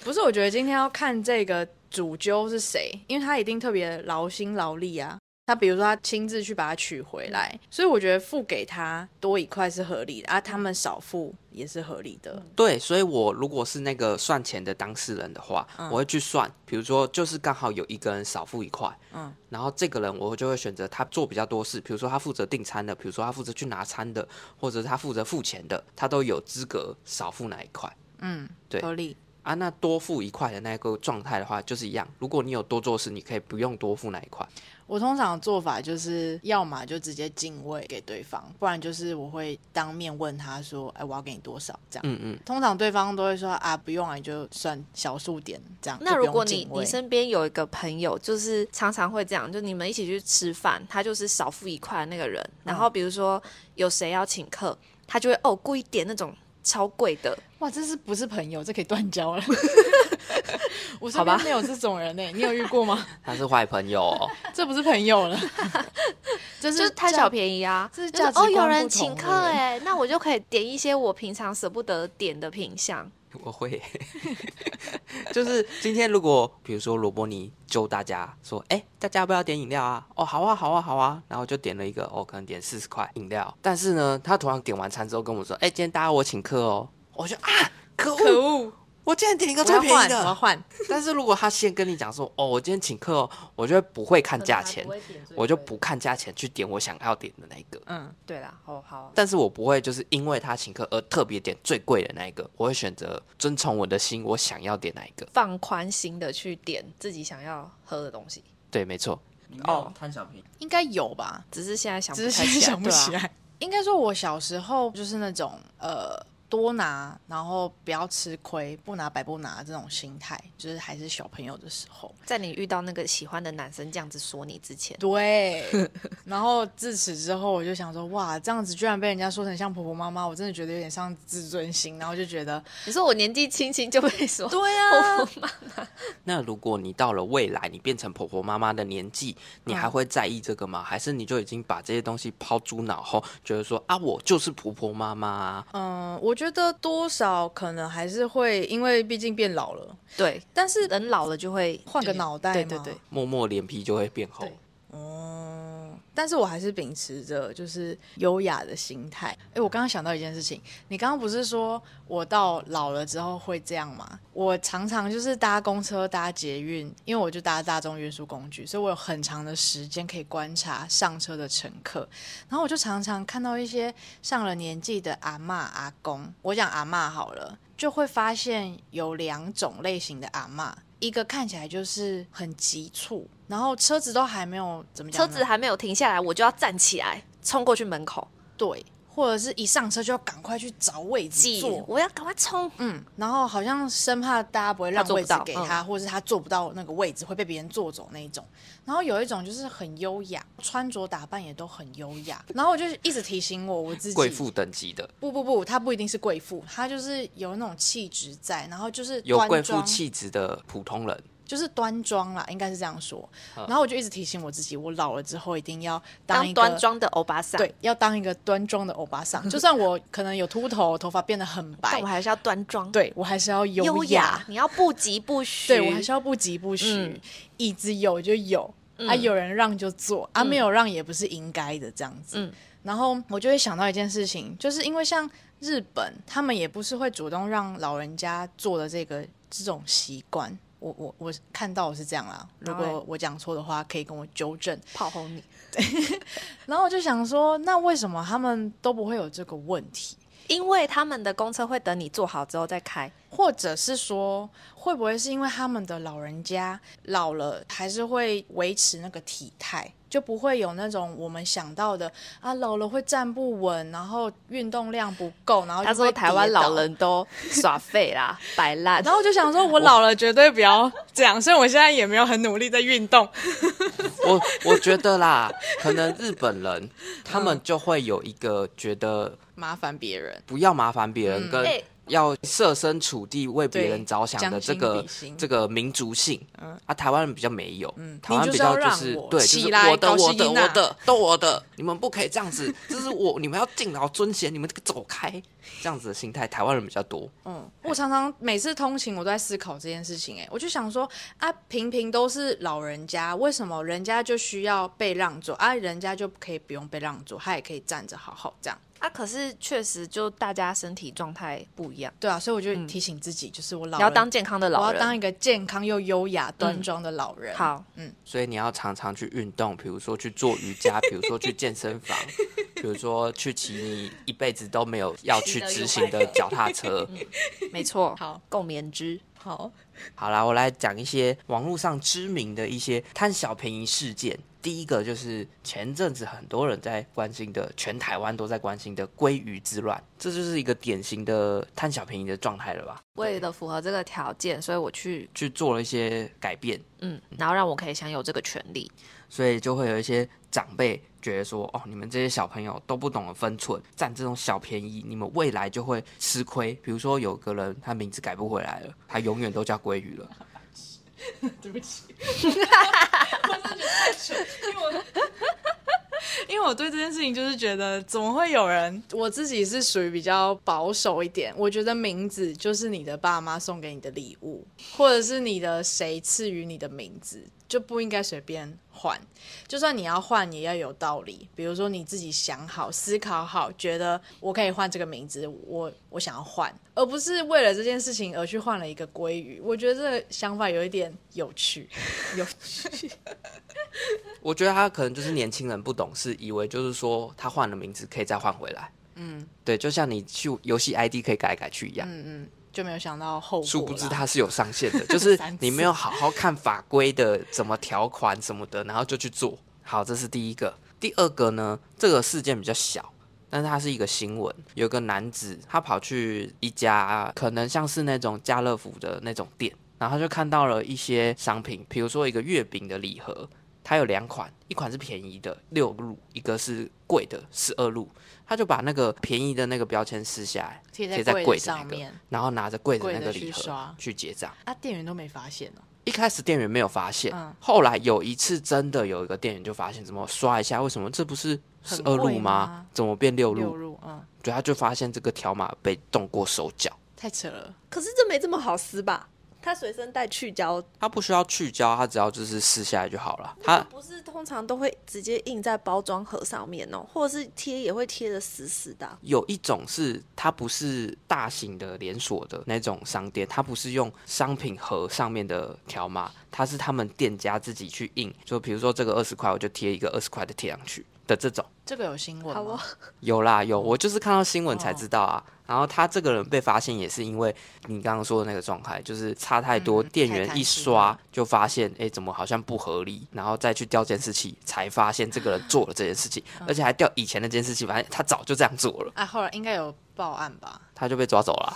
不是，我觉得今天要看这个主揪是谁，因为他一定特别劳心劳力啊。他比如说他亲自去把它取回
嗯
来，所以我觉得付给他多一块是合理的啊，他们少付也是合理
嗯
的。
对，所以我如果是那个算钱的当事人的话，我会去算，比如说就是刚好有一个人少付一块，嗯，然后这个人我就会选择他做比较多事，比如说他负责订餐的，比如说他负责去拿餐的，或者他负责付钱的，他都有资格少付哪一块。
嗯，
对
合理。
啊，那多付一块的那个状态的话，就是一样。如果你有多做事，你可以不用多付那一块。
我通常的做法就是，要么就直接敬位给对方，不然就是我会当面问他说：“哎，我要给你多少？”这样。
嗯嗯，
通常对方都会说：“啊，不用啊，你就算小数点这样。”
那如果你你
是
身边有一个朋友，就是常常会这样，就你们一起去吃饭，他就是少付一块的那个人，然后比如说有谁要请客，他就会哦故意点那种超贵的，
哇，这是不是朋友？这可以断交 *laughs* 了。我身
好吧
边没有这种人呢、欸你有遇过 *laughs* 吗？
他是坏朋友、哦，
这不是朋友 *laughs* 了，这
就是是贪小
宜。
便宜啊。
这是
就是
价值
哦
观
有人
不同
请
的
客
人
哎、那我就可以点一些我平常舍不得点的品相。
*laughs* 我会，就是今天如果比如说罗伯尼揪大家说，哎、大家要不要点饮料啊？哦，好啊，好啊，好啊，然后就点了一个，哦，可能点四十块饮料，但是呢，他突然点完餐之后跟我说，哎、今天大家我请客哦，我就啊，可恶，
可恶，
我竟然点一个
我
最
要
便宜
换，我要
的。
换。
但是如果他先跟你讲说，哦，我今天请客哦，我就会不会看价钱
可能他不会点最，贵
我就不看价钱去点我想要点的那一个。
嗯，
对啦，哦好，
但是我不会就是因为他请客而特别点最贵的那一个，我会选择遵从我的心，我想要点哪一个。
放宽心的去点自己想要喝的东西，
对，没错，
哦
贪小便宜，
应该有吧？
只是现在想不
只
太
是
起来，
想不
对啊
起来。
应该说，我小时候就是那种呃，多拿然后不要吃亏，不拿白不拿这种心态，就是还是小朋友的时候。
在你遇到那个喜欢的男生这样子说你之前，
对， *laughs* 然后自此之后，我就想说，哇，这样子居然被人家说成像婆婆妈妈，我真的觉得有点伤自尊心，然后就觉得，
你说我年纪轻轻就被说，
对 *laughs* 啊，
那如果你到了未来，你变成婆婆妈妈的年纪，
嗯
你还会在意这个吗？还是你就已经把这些东西抛诸脑后，觉得说啊，我就是婆婆妈妈、啊？
嗯，我觉得多少可能还是会，因为毕竟变老了，
对，
但是
人老了就会
换个脑袋
对
嘛
对对，
默默脸皮就会变厚
对。
哦，
但是我还是秉持着就是优雅的心态。
哎，我刚刚想到一件事情，你刚刚不是说我到老了之后会这样吗？我常常就是搭公车、搭捷运，因为我就搭大众运输工具，所以我有很长的时间可以观察上车的乘客。然后我就常常看到一些上了年纪的阿嬷、阿公，我讲阿嬷好了，就会发现有两种类型的阿嬷，一个看起来就是很急促，然后车子都还没有怎么讲
车
呢，
子还没有停下来，我就要站起来冲过去门口
对，或者是一上车就要赶快去找位置
挤
坐，，
我要赶快冲。
嗯，然后好像生怕大家不会让
他做
位
不
置
到嗯
给他，或者是他坐不到那个位置会被别人坐走那一种。然后有一种就是很优雅，穿着打扮也都很优雅。然后我就一直提醒我我自己，
贵妇等级的，
不不不，她不一定是贵妇，她就是有那种气质在，然后就是
有
端
贵妇
庄
气质的普通人，
就是端庄啦，应该是这样说。然后我就一直提醒我自己，我老了之后一定要当一
当
个
端庄的欧巴桑，，
对，要当一个端庄的欧巴桑。就算我可能有秃头，头发变得很白
但我，还是要端庄，
对我还是要优
优
雅
雅，你要不急 *laughs* 不徐。
对我还是要不急不徐，
嗯
椅子有就有，啊有人让就坐，啊没有让也不是应该的这样子。
嗯
然后我就会想到一件事情，就是因为像日本，他们也不是会主动让老人家做的这个这种习惯。我我我看到我是这样啦，如
然后
果
嘞
我讲错的话，可以跟我纠正。
炮轰你，
然后我就想说，那为什么他们都不会有这个问题？
因为他们的公车会等你坐好之后再开。
或者是说，会不会是因为他们的老人家老了，还是会维持那个体态，就不会有那种我们想到的啊，老了会站不稳，然后运动量不够，然后
他
就
说
会
台湾
跌倒
老。人都耍废啦，摆烂。
然后我就想说，我老了绝对不要这样，所以我现在也没有很努力在运动。
我我觉得啦，可能日本
*laughs*
人他们就会有一个觉得
麻烦别人，
不要麻烦别人，跟
哎
要设身处地为别人
嗯对
着想的
将
这
心
个
比心嗯
这个民族性，啊，台湾人比较没有，台
你
湾
就
比
是要
较就
让
是
我
对，
起
就是
来
我的
高
我
兴
的
音
我
啊
的都我的，你们不可以这样子，这是我 *laughs* 你们要敬老尊贤，你们这个走开，这样子的心态，台湾人比较多，
嗯，我常常每次通勤，我都在思考这件事情、欸。哎，我就想说啊，平平都是老人家，为什么人家就需要被让座啊？人家就可以不用被让座，他也可以站着好好这样。
啊，可是确实就大家身体状态不一样，
对啊，所以我就提醒自己，就是我老
嗯你要
了
当健康的
我
老
要当
人。嗯
一个健康又优雅、端庄的老人。
好，
所以你要常常去运动，比如说去做瑜
*laughs*
伽，比如说去健身房，比如说去骑你一辈子都没有要去执行的脚踏车。
*laughs* 没错，
好，
共勉之。
好，
好啦，我来讲一些网络上知名的一些贪小便宜事件。第一个就是前阵子很多人在关心的，全台湾都在关心的鲑鱼之乱，这就是一个典型的贪小便宜的状态了吧？
为了符合这个条件，所以我去，
去做了一些改变，
嗯，然后让我可以享有这个权利。
所以就会有一些长辈觉得说，哦，你们这些小朋友都不懂得分寸，占这种小便宜，你们未来就会吃亏。比如说有个人他名字改不回来了，他永远都叫鲑鱼了。
因为我对这件事情就是觉得，怎么会有人？我自己是属于比较保守一点，我觉得名字就是你的爸妈送给你的礼物，或者是你的谁赐予你的名字，就不应该随便换。就算你要换，也要有道理。比如说你自己想好、思考好，觉得我可以换这个名字，我我想要换，而不是为了这件事情而去换了一个鲑鱼。我觉得这个想法有一点有趣，有趣。
我觉得他可能就是年轻人不懂事，以为就是说他换了名字可以再换回来。嗯，对，就像你去游戏 ID 可以改来改去一样，
嗯嗯，就没有想到后果啦。
殊不知它是有上限的，就是
*laughs* 三次
你没有好好看法规的怎么条款什么的，然后就去做。好，这是第一个。第二个呢，这个事件比较小，但是它是一个新闻。有个男子他跑去一家可能像是那种家乐福的那种店，然后他就看到了一些商品，比如说一个月饼的礼盒，它有两款，一款是便宜的六入，一个是贵的十二入。他就把那个便宜的那个标签撕下来，
贴在
在
柜子
柜子那
上
个
面，
然后拿着柜子
贵
那
的
个
去
礼盒
刷
去结账。
啊，店员都没发现哦。
一开始店员没有发现，
嗯
后来有一次真的有一个店员就发现，怎么刷一下，为什么这不是十
很
二路
贵吗
怎么变六
六
路？
入，嗯，
对，他就发现这个条码被动过手脚。
太扯了。
可是这没这么好撕吧？它随身带去胶，
它不需要去胶，它只要就是撕下来就好
嗯
了。它
不是通常都会直接印在包装盒上面哦，或者是贴也会贴的死死的啊。
有一种是它不是大型的连锁的那种商店，它不是用商品盒上面的条码，它是他们店家自己去印，就比如说这个二十块，我就贴一个二十块的贴上去的这种。
这个有新闻
好
吗
哦？，
有啦
嗯
有，我就是看到新闻才
哦
知道啊。然后他这个人被发现也是因为你刚刚说的那个状态，就是差太多，
嗯
店
太
员
贪
一
心
刷
了
就发现，哎，怎么好像不合理？然后再去调监视器，才发现这个人做了这件事情，
嗯
而且还调以前的监视器，反正他早就这样做了，
啊，后来应该有报案吧？
他就被抓走了啊。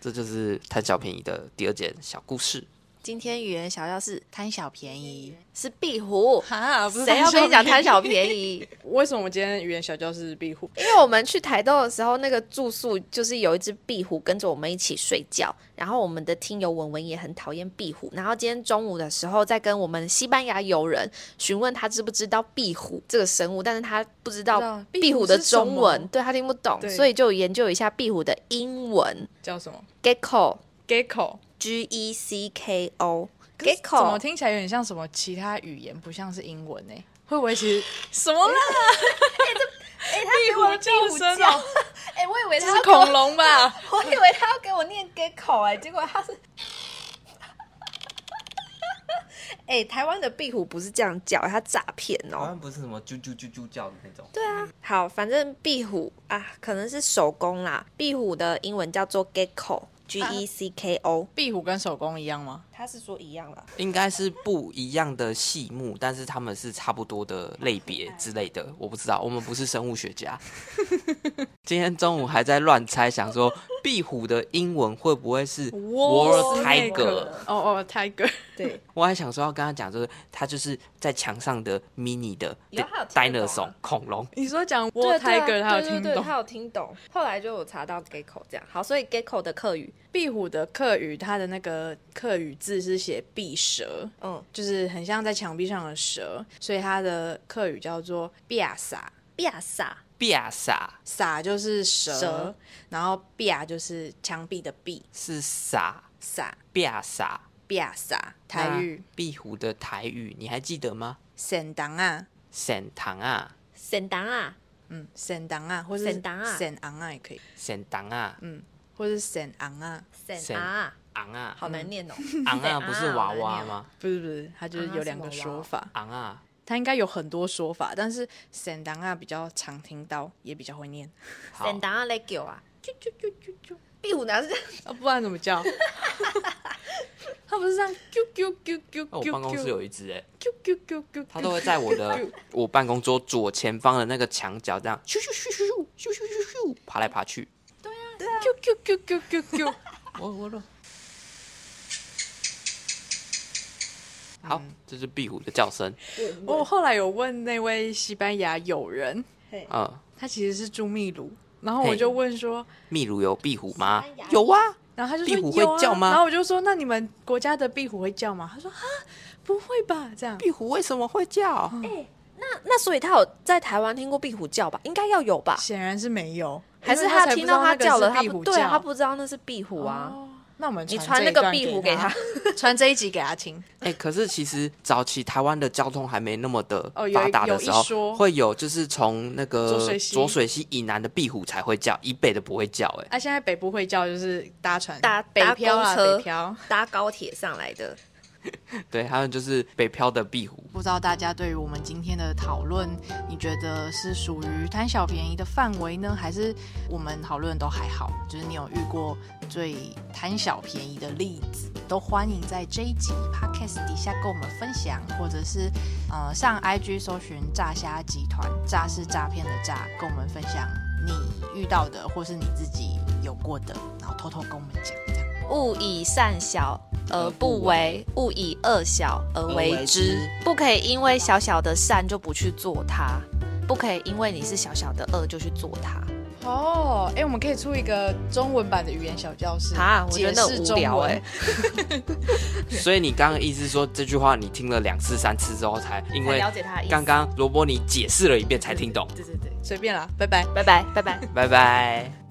这就是贪小便宜的第二件小故事。
今天语言小教室
贪小便宜
是壁虎，
哈，不是
谁要跟你讲贪小
宜？
便宜？
为什么我们今天语言小教室是壁虎？
因为我们去台东的时候，那个住宿就是有一只壁虎跟着我们一起睡觉，然后我们的听友文文也很讨厌壁虎，然后今天中午的时候在跟我们西班牙友人询问他知不知道壁虎这个生物，但是他
不
不知
知
道
道
壁虎的中
壁虎是什
文，
么
对他听不懂，
对
所以就研究一下壁虎的英文
叫什么
gecko
？gecko。
G E C K O
可是怎么
gecko。
听起来有点像什么其他语言，不像是英文呢、会不会其实 *laughs* 什么啦？哎
壁虎叫声哦，
哎、我以为
这
他要
是
给我
恐龙吧？
我以为他要给我念 gecko 哎、结果他是。哎、台湾的壁虎不是这样叫，它诈骗哦。
不是什么啾啾啾啾叫的那种。
对啊，好，反正壁虎啊，可能是手工啦。壁虎的英文叫做 gecko，G E C K O，、
*laughs* 壁虎跟手工一样吗？
啊他是说一样啦。
应该是不一样的细目，但是他们是差不多的类别之类的，我不知道，我们不是生物学家。 *laughs* 今天中午还在乱猜想说，壁虎的英文会不会是 War Tiger？
哦哦，tiger，
对，
我还想说要跟他讲，就是它就是在墙上的 mini 的
有他有听得懂啊
dinosaur 恐龙。
你说讲
对
啊
啊
war tiger，他有听
对对对
懂
他。有听懂。后来就有查到 gecko 这样，好，所以 gecko 的客语，
壁虎的客语，它的那个客语字是写壁蛇，
嗯，
就是很像在墙壁上的蛇，所以它的客语叫做壁撒。
比亚萨，
比亚傻
撒就是蛇，
蛇
然后壁啊就是墙壁的壁，
是傻，
撒
比亚傻。
壁撒台语
那壁虎的台语你还记得吗？
神当啊，
沈堂啊，
神达啊，
嗯，神当啊，或是
神当啊
神昂啊也可以，
沈堂啊，
嗯
或是神昂啊，
神啊，
昂啊，
好难 *laughs* 念哦。
昂啊不是娃
好难
娃
念哦
吗？
不是不是，它就是
昂啊
有
是
两个
娃娃
说
哦
法，
昂啊，
它应该有很多说法，但是神当啊比较常听到，也比较会念，
好，
神当啊来叫啊，啾啾啾啾啾，壁虎哪是 *laughs* 这样？
啊，不然怎么叫？它不是这样啾啾啾啾
那我
啾
办公室
啾
有一只哎、欸，
啾啾啾啾，
它都会在我的我办公桌左前方的那个墙角这样咻咻咻咻咻咻咻咻咻爬来爬去。
啾啾啾啾啾啾。
我我了。
嗯
好，这是壁虎的叫声。
我后来有问那位西班牙友人，
嗯，
他其实是住秘鲁，然后我
嘿
就问说，
秘鲁有壁虎吗
西班牙？
有啊，
然后他就
壁
说
虎
有
会
啊
叫吗
然后我就说那你们国家的壁虎会叫吗？他说啊不会吧，这样
壁虎为什么会叫？
那那所以他有在台湾听过壁虎叫吧？应该要有吧？
显然是没有，
还是
因为他才
听
不知道
到
那
它
个
叫了，
是
他
壁
不
虎
对啊，
叫
他不知道那是壁虎啊。
哦那我们
你
传这
传那
一段
个壁虎
给
给他，
*laughs* 传这一集给他听。
哎、可是其实早期台湾的交通还没那么的
哦有
发
一
达的
有一
时候，
说
会有就是从那个
浊水溪
浊水溪以南的壁虎才会叫，以北的不会叫、哎，
啊，现在北部会叫就是搭船、
搭
北
搭
漂
公
啊，
车
北漂。
*laughs* 搭高铁上来的，
对，还有就是北漂的壁虎。
不知道大家对于我们今天的讨论，你觉得是属于贪小便宜的范围呢，还是我们讨论都还好？就是你有遇过最贪小便宜的例子，都欢迎在这一集 podcast 底下跟我们分享，或者是呃上 IG 搜寻“诈虾集团”，诈是诈骗的诈，跟我们分享你遇到的或是你自己有过的，然后偷偷跟我们讲这样。
勿以善小而不为，勿以恶小而为之。不可以因为小小的善就不去做它，不可以因为你是小小的恶就去做它。
哦，哎、我们可以出一个中文版的语言小教室
啊我
解
觉得
释
很无
中
聊
文。 *laughs*
欸
所以你刚刚意思说这句话，你听了两次、三次之后才，因为
才了解它的意思
刚刚罗伯你解释了一遍才听懂。
对对对，随便啦，拜拜。
拜拜，拜拜。
拜拜。